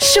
是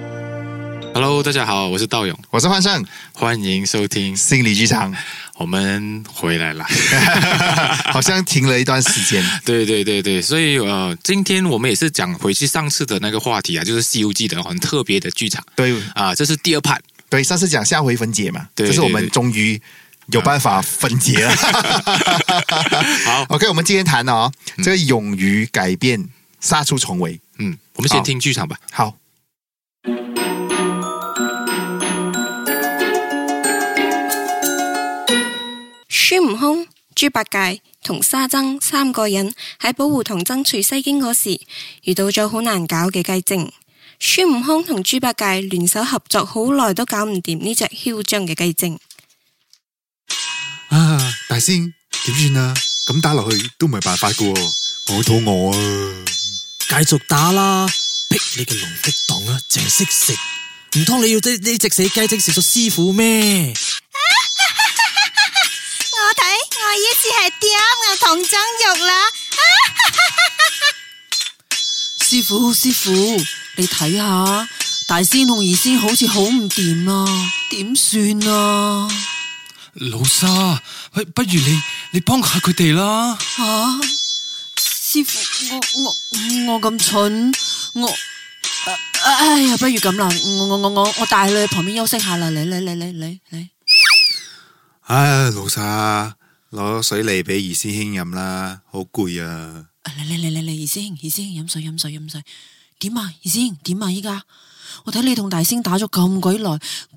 Hello，大家好，我是道勇，我是幻胜，欢迎收听，心理剧 场，我们回来了。 好像停了一段时间。对对对对，所以呃，今天我们也是讲回去上次的那个话题啊，就是《西游记》的很特别的剧场对啊，这是第二 part。对，上次讲下回分解嘛，对这是我对们对终于有办法分解了。啊好 OK，我们今天谈的哦，嗯这个勇于改变，杀出重围。嗯，我们先好听剧场吧。好，孫悟空、豬八戒同沙僧三個人喺保護唐僧取西經嗰時，遇到咗好難搞嘅雞精。孫悟空同豬八戒聯手合作，好耐都搞唔掂呢只囂張嘅雞精。啊，大仙點算啊？咁打落去都唔係辦法噶、喎，我好肚餓啊！繼續打啦！逼你個龍的黨啊，淨係識食，唔通你要呢呢只死雞精食咗師傅咩？我睇我已是係點啊嘅童僧肉啦，師傅，師傅，你睇下大仙同二仙好似好唔掂啊，點算啊？老沙，不不如你你帮下佢哋啦。啊！師傅，我我我咁蠢，我啊哎呀，不如咁啦，我我我我我帶你去旁邊休息下啦，嚟嚟嚟嚟嚟嚟。唉，啊老沙，攞水嚟俾二師兄飲啦，好攰啊！啊嚟嚟嚟嚟嚟，二師兄，二師兄飲水飲水飲水，點啊？二師兄點啊？依家我睇你同大仙打咗咁鬼耐，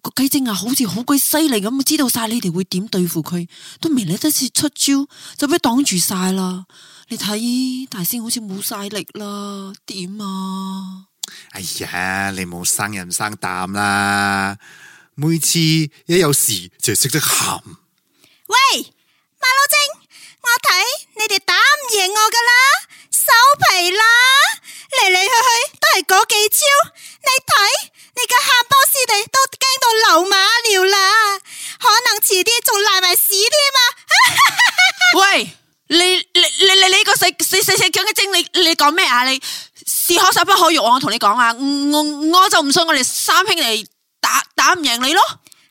個雞精啊好似好鬼犀利咁，知道晒你哋會點對付佢，都未嚟得切出招，就俾擋住晒啦。你睇大仙好似冇晒力啦，點啊？哎呀，你冇生人生膽啦！每次一有事就識得喊，喂，馬騮精，我睇你哋打唔贏我噶啦，手皮啦，啊嚟嚟去去都係嗰幾招，你睇你嘅喊波斯地都驚到流馬尿啦，可能遲啲仲賴埋屎添啊！喂，你你你你你個死死死死咁嘅精，你你講咩啊？你是可殺不可辱啊，我同你講啊，我我就唔信我哋三兄弟打打唔贏你咯。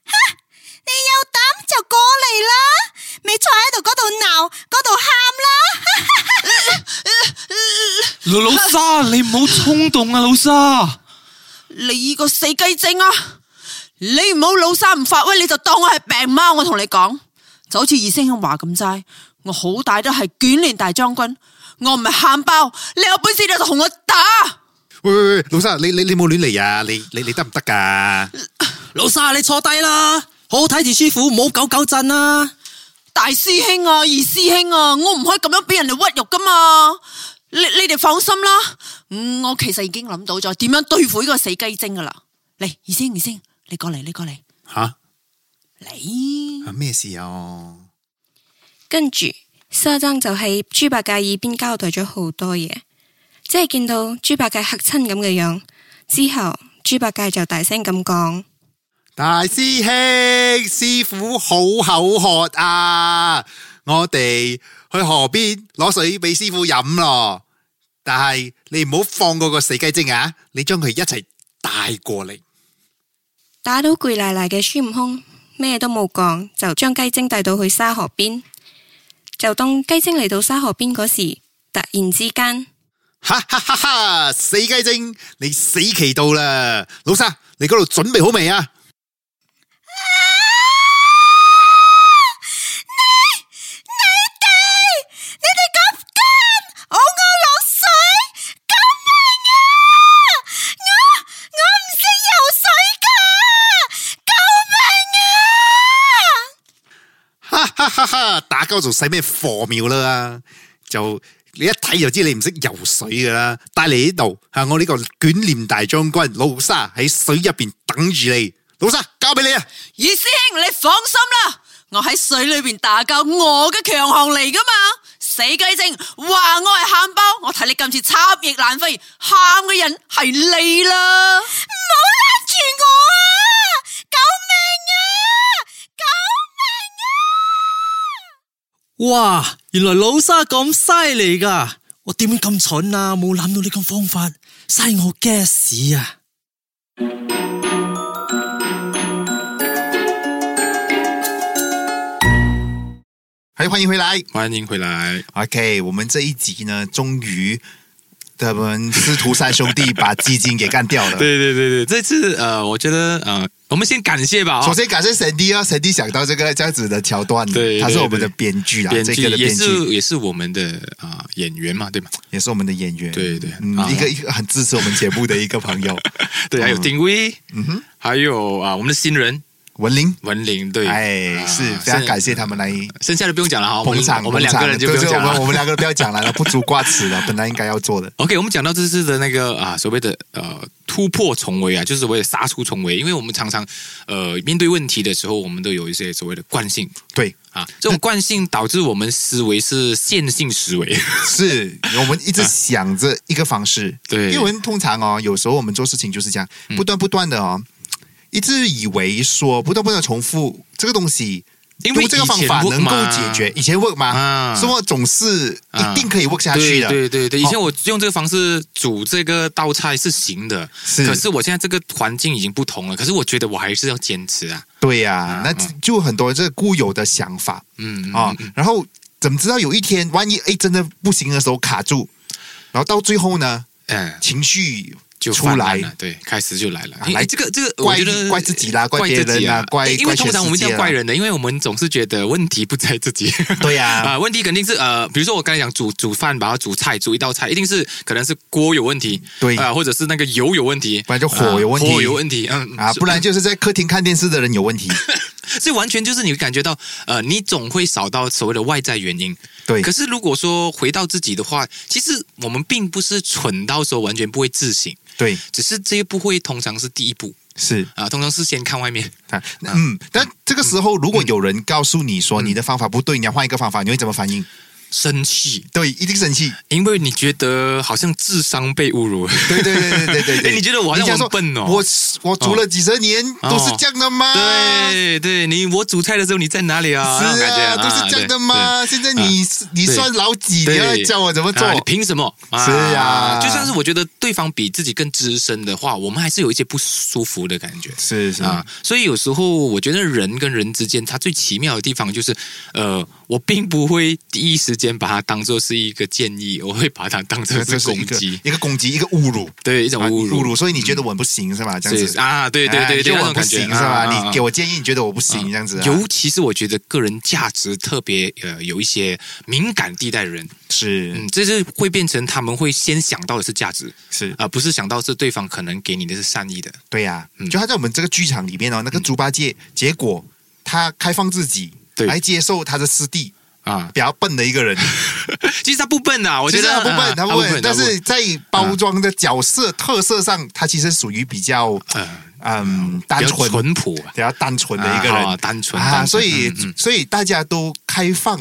你有膽就過嚟啦，咪坐喺度嗰度鬧，嗰度喊啦！老老沙，你唔好衝動啊，老沙。你個死雞精啊！你唔好老三唔發威，你就當我係病貓。我同你講，就好似二星兄話咁齋，我好歹都係捲簾大將軍，我唔係喊包。你有本事你就同我打。喂喂喂，老沙，你你你冇亂嚟啊！你你你得唔得噶？老沙，你坐低啦，好好睇住師傅，唔好狗狗震啊啦。大師兄啊，二師兄啊，我唔可以咁樣俾人哋屈辱噶嘛。你你哋放心啦，嗯我其實已經諗到咗點樣對付呢個死雞精噶啦。嚟，二師兄，二師兄，你過嚟，你過嚟，吓、嚟。啊咩事啊？跟住沙僧就喺豬八戒耳邊交代咗好多嘢，即係見到豬八戒嚇親咁嘅樣之後，豬八戒就大聲咁講。大師兄，師傅好口渴啊！我哋去河邊攞水俾師傅飲咯。但係你唔好放過個死雞精啊！你將佢一齊帶過嚟。打到攰賴賴嘅孫悟空，咩都冇講，就將雞精帶到去沙河邊。就當雞精嚟到沙河邊嗰時，突然之間，哈哈哈哈！死雞精，你死期到啦！老沙，你嗰度準備好未啊？你哋咁奸，㧬我落水，救命啊！我我唔識游水噶，救命啊！哈哈哈哈！打交仲使咩火苗啦？就你一睇就知你唔識游水噶啦。帶嚟呢度吓，我呢個捲簾大將軍老沙喺水入邊等住你。老沙交俾你啊！二師兄，你放心啦，我喺水裏边打交，我嘅強項嚟噶嘛。死雞精，話我係喊包，我睇你今次插翼難飛，喊嘅人係你啦。唔好拉住我啊！救命啊！救命啊！哇！原來老沙咁犀利噶，我點會咁蠢啊？冇諗到呢個方法，嘥我 gas 啊！哎，欢迎回来。欢迎回来， OK，我们这一集呢，终于我们师徒三兄弟把基金给干掉了。对对对对，这次呃，我觉得呃，我们先感谢吧、哦，首先感谢 Sandy 啊，Sandy 想到这个这样子的桥段，对对他是我们的编剧啊，编剧这个的也编是剧也是我们的啊、演员嘛，对吗？也是我们的演员，对对嗯啊一个一个很支持我们节目的一个朋友 对，还有丁威，嗯哼，还有啊、我们的新人文林，文林，对，哎，啊是非常感谢他们来剩下的不用讲了哈，我捧们场，我们捧两场个人就不对用对讲我了们。我们两个不要讲了， 不足挂齿了，本来应该要做的。 OK，我们讲到这次的那个啊，所谓的呃突破重围啊，就是所谓的杀出重围，因为我们常常呃面对问题的时候，我们都有一些所谓的惯性对，啊，这种惯性导致我们思维是线性思维，是我们一直想着一个方式，啊对嗯因为我们通常哦，有时候我们做事情就是这样，不断不断的哦，一直以为说不断不断地重复这个东西，因为用这个以方前法 work 能够嘛解决，以前 work 吗？啊什么总是啊一定可以 work 下去对的，对对对，以前哦我用这个方式煮这个道菜是行的，是可是我现在这个环境已经不同了，可是我觉得我还是要坚持啊，对呀，那就很多这固有的想法嗯嗯啊嗯，然后怎么知道有一天万一哎真的不行的时候卡住，然后到最后呢嗯。情绪就出泛滥来了，对，开始就来了。啊哎来哎这个这个，怪我觉得怪自己啦怪怪别自己人啦啊怪哎因怪为全通常我们世界叫啦怪人的，因为我们总是觉得问题不在自己。对呀啊，问题肯定是呃，比如说我刚才讲煮煮饭吧，煮菜煮一道菜，一定是可能是锅有问题，对啊，或者是那个油有问题，不然就火有问题啊火有问题，嗯啊，不然就是在客厅看电视的人有 问题，所以完全就是你会感觉到，呃，你总会少到所谓的外在原因。对可是如果说回到自己的话，其实我们并不是蠢到说完全不会自省，对只是这一步会通常是第一步是。啊，通常是先看外面。啊，嗯，但这个时候如果有人告诉你说嗯你的方法不对，你要换一个方法，你会怎么反应？生气，对，一定生气。因为你觉得好像智商被侮辱。 对对对对对对对。哎你觉得我好像你讲说我很笨哦我我读了几十年哦都是这样的吗？对对，你我煮菜的时候你在哪里哦啊？那种是感觉啊，都是这样的？啊吗？对现在你你算老几？你对要来教我怎么做啊？你凭什么？是啊呀就算是我觉得对方比自己更资深的话，我们还是有一些不舒服的感觉。是是啊，所以有时候我觉得人跟人之间，它最奇妙的地方就是，呃，我并不会第一时间把它当做是一个建议，我会把它当 做是这是一攻个击，一个攻击，一个侮辱，对一种啊侮辱，侮辱，所以你觉得我很不行是吧？这样是子啊，对对哎对你对，觉得那种我不感觉行是吧？啊你给我建议，你觉得我不行这样子啊？尤其是我觉得个人价值特别呃有一些敏感地带的人，是嗯，这是会变成他们会先想到的是价值，是啊、不是想到是对方可能给你的是善意的，对呀、嗯就他在我们这个剧场里面哦，那个猪八戒，结果他开放自己对来接受他的师弟，啊。 比较笨的一个人，其实他不笨啊，我其觉实得他不啊笨，他不笨，但是在包啊装的角色特色上，他其实属于比较呃，嗯单比较纯、淳朴啊比较单纯的一个人啊，单纯啊，单纯所以嗯嗯所以大家都开放，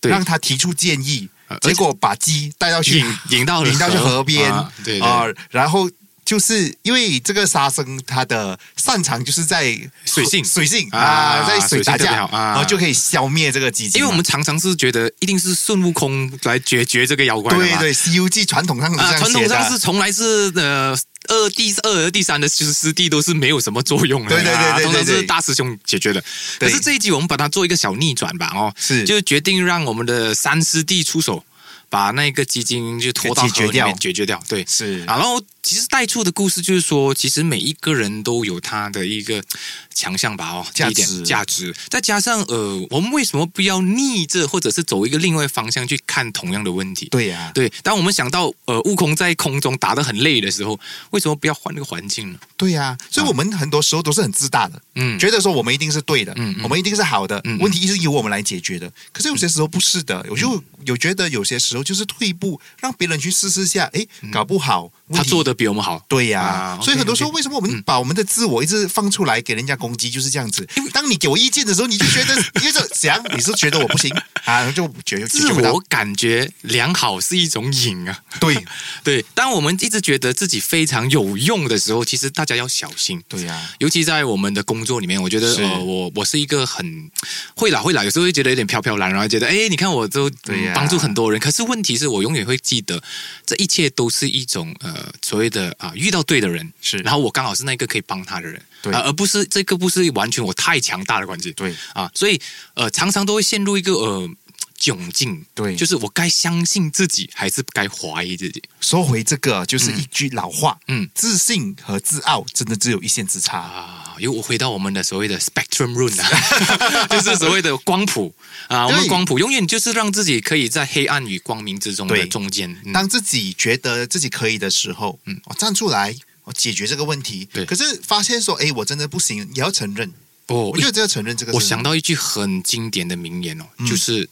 对啊让他提出建议，且结果把鸡带到去引引到了引到去河河边啊对对啊，然后。就是因为这个沙僧他的擅长就是在水性水性啊，啊在水水性打特别架好，啊然后就可以消灭这个鸡精嘛。因为我们常常是觉得一定是孙悟空来解决这个妖怪的嘛对对，《西游记》传统上是这啊，样传写统的。上是从来是呃二第二和第三的其实师弟都是没有什么作用的，对对对啊对对通常对是大师兄解决的。对可是这一集我们把它做一个小逆转吧，哦，是就决定让我们的三师弟出手。把那个基金就拖到解决河里面掉解决掉，对，是啊。然后其实带出的故事就是说，其实每一个人都有他的一个强项吧，哦，价第一点值价值，再加上呃，我们为什么不要逆着或者是走一个另外方向去看同样的问题？对呀、对，当我们想到呃，悟空在空中打得很累的时候，为什么不要换那个环境呢？对呀、所以我们很多时候都是很自大的，啊嗯觉得说我们一定是对的，嗯嗯我们一定是好的，嗯嗯问题是由我们来解决的。可是有些时候不是的，我就有觉得有些时候候就是退步，让别人去试试下，诶，搞不好、嗯他做的比我们好。对呀、啊所以 OK，很多时候 OK 嗯为什么我们把我们的自我一直放出来给人家攻击，就是这样子。当你给我意见的时候，你就觉得 你就想你是觉得我不行 啊，就觉得自我感觉良好是一种瘾啊。 对对，当我们一直觉得自己非常有用的时候，其实大家要小心。对呀、尤其在我们的工作里面，我觉得是呃，我我是一个很会啦会啦，有时候会觉得有点飘飘然，然后觉得哎，你看我都、对呀帮助很多人，可是问题是我永远会记得，这一切都是一种呃所谓的啊、遇到对的人是然后我刚好是那个可以帮他的人，对啊而不是这个不是完全我太强大的关系，对啊，所以呃常常都会陷入一个呃窘境，对就是我该相信自己还是该怀疑自己，说回这个，就是一句老话，嗯自信和自傲真的只有一线之差。啊，又回到我们的所谓的 spectrum rule 啊， 就是所谓的光谱啊。我们对光谱永远就是让自己可以在黑暗与光明之中的对中间。嗯当自己觉得自己可以的时候，嗯，我站出来，我解决这个问题。对可是发现说，哎，我真的不行，也要承认。哦我觉得只要承认这个，我想，到一句很经典的名言哦，嗯就是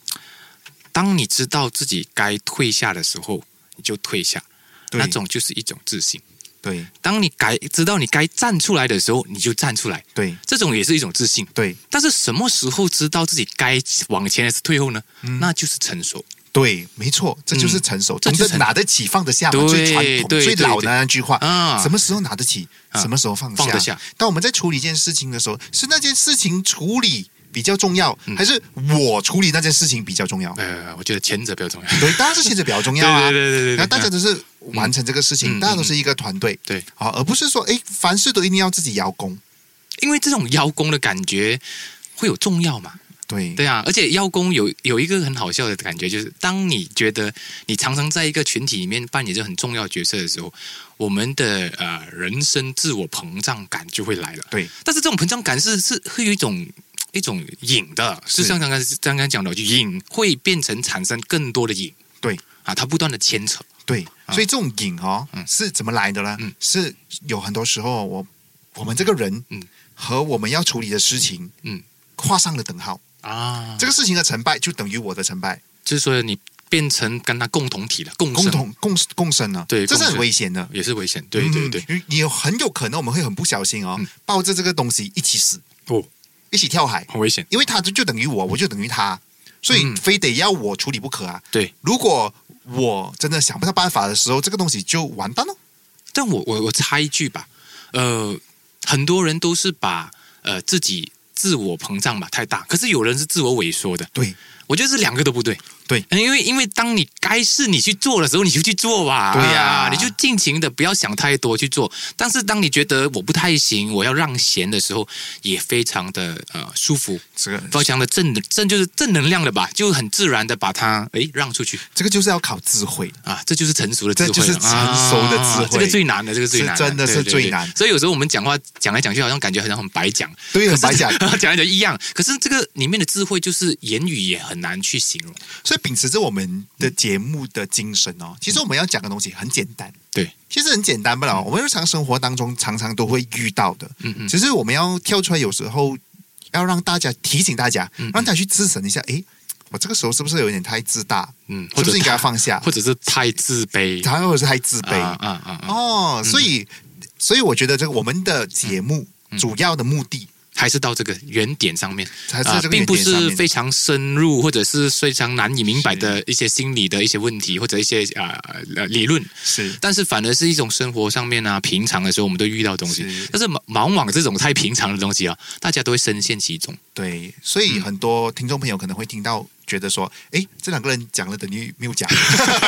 当你知道自己该退下的时候，你就退下，对那种就是一种自信。对当你该知道你该站出来的时候，你就站出来，对这种也是一种自信。对但是什么时候知道自己该往前还是退后呢？嗯那就是成熟。对，没错，这就是成熟，嗯这就懂是得成熟拿得起放得下嘛，对最传统、对最老对的对那句话啊什么时候拿得起，啊什么时候放放得下。当我们在处理一件事情的时候，是那件事情处理比较重要，嗯还是我处理那件事情比较重要？呃，我觉得前者比较重要。 对，当然是现在比较重要对啊。对对对对对然后大家都是完成这个事情，嗯大家都是一个团队。对啊，而不是说哎，凡事都一定要自己邀功。因为这种邀功的感觉会有重要嘛？对对啊，而且邀功有有一个很好笑的感觉，就是当你觉得你常常在一个群体里面扮演着很重要的角色的时候，我们的呃人生自我膨胀感就会来了。对但是这种膨胀感是是会有一种一种瘾的，是像刚刚刚刚讲的，就瘾会变成产生更多的瘾对啊，它不断的牵扯。对，所以这种瘾哦啊嗯，是怎么来的呢嗯？是有很多时候我我们这个人嗯和我们要处理的事情嗯画上了等号，啊，这个事情的成败就等于我的成败，就是说你变成跟它共同体了，共生共同共共生了。对这是共很生危险的。也是危险。对对对，嗯，你你很有可能我们会很不小心哦嗯，抱着这个东西一起死，哦，一起跳海。很危险。因为他就就等于我，我就等于他，所以嗯非得要我处理不可啊。对，如果我真的想不到办法的时候，这个东西就完蛋了。但我我我插一句吧，呃，很多人都是把呃自己自我膨胀吧太大，可是有人是自我萎缩的。对我觉得这两个都不对。对嗯，因为因为当你该是你去做的时候，你就去做吧。哎对啊呀你就尽情的不要想太多去做。但是当你觉得我不太行，我要让贤的时候，也非常的呃舒服，这个非常的正正就是正能量的吧，就很自然的把它诶让出去这个就是要靠智慧。啊，这就是成熟的智慧了，这就是成熟的智慧啊这个最难的，这个最是难真的是对对最对难所以有时候我们讲话讲来讲去，好像感觉好像很白讲， 对可很是白讲讲来讲去一样。可是这个里面的智慧，就是言语也很难去形容。所以秉持着我们的节目的精神哦，其实我们要讲的东西很简单。嗯对，其实很简单不了，我们日常生活当中常常都会遇到的。嗯嗯只是我们要跳出来，有时候要让大家提醒大家，嗯让大家去自省一下。诶，我这个时候是不是有点太自大？嗯，是或不者是应该太放下？或者是太自卑，常常或者是太自卑？啊啊啊啊，哦，所以、所以我觉得这个我们的节目嗯主要的目的还是到这个原点上面，啊还是这个并原不点上面是非常深入或者是非常难以明白的一些心理的一些问题或者一些啊呃理论。是但是反而是一种生活上面啊，平常的时候我们都遇到的东西是。但是盲盲往这种太平常的东西啊，大家都会深陷其中。 对，所嗯以很多听众朋友可能会听到觉得说，诶，这两个人讲了等于没 有讲，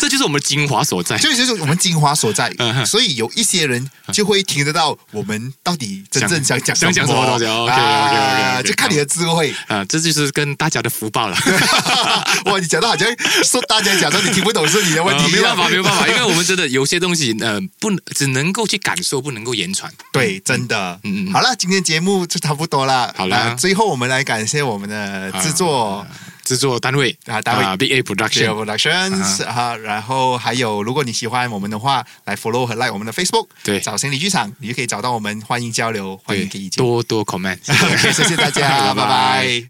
这就是我们精华所在。这就是我们精华所在嗯。哼所以有一些人就会听得到我们到底真正想想讲想讲什么东西哦，OK，OK，OK，OK，啊就看你的 智慧。啊、这就是跟大家的福报了。哇，你讲到好像说大家讲到你听不懂是你的 问呃题一啊没样、办法，没办法，因为我们真的有些东西，呃，不能只能够去感受，不能够言传。对，真的。嗯嗯嗯好了，今天节目就差不多了。好啦那最后我们来感谢我们的制作制作单位啊单位 B A j e Production， Productions 啊，然后还有，如果你喜欢我们的话，来 follow 和 like 我们的 Facebook，对找心理剧场，你就可以找到我们，欢迎交流，欢迎给意 对，见。多多 comment， OK，谢谢大家，拜拜拜。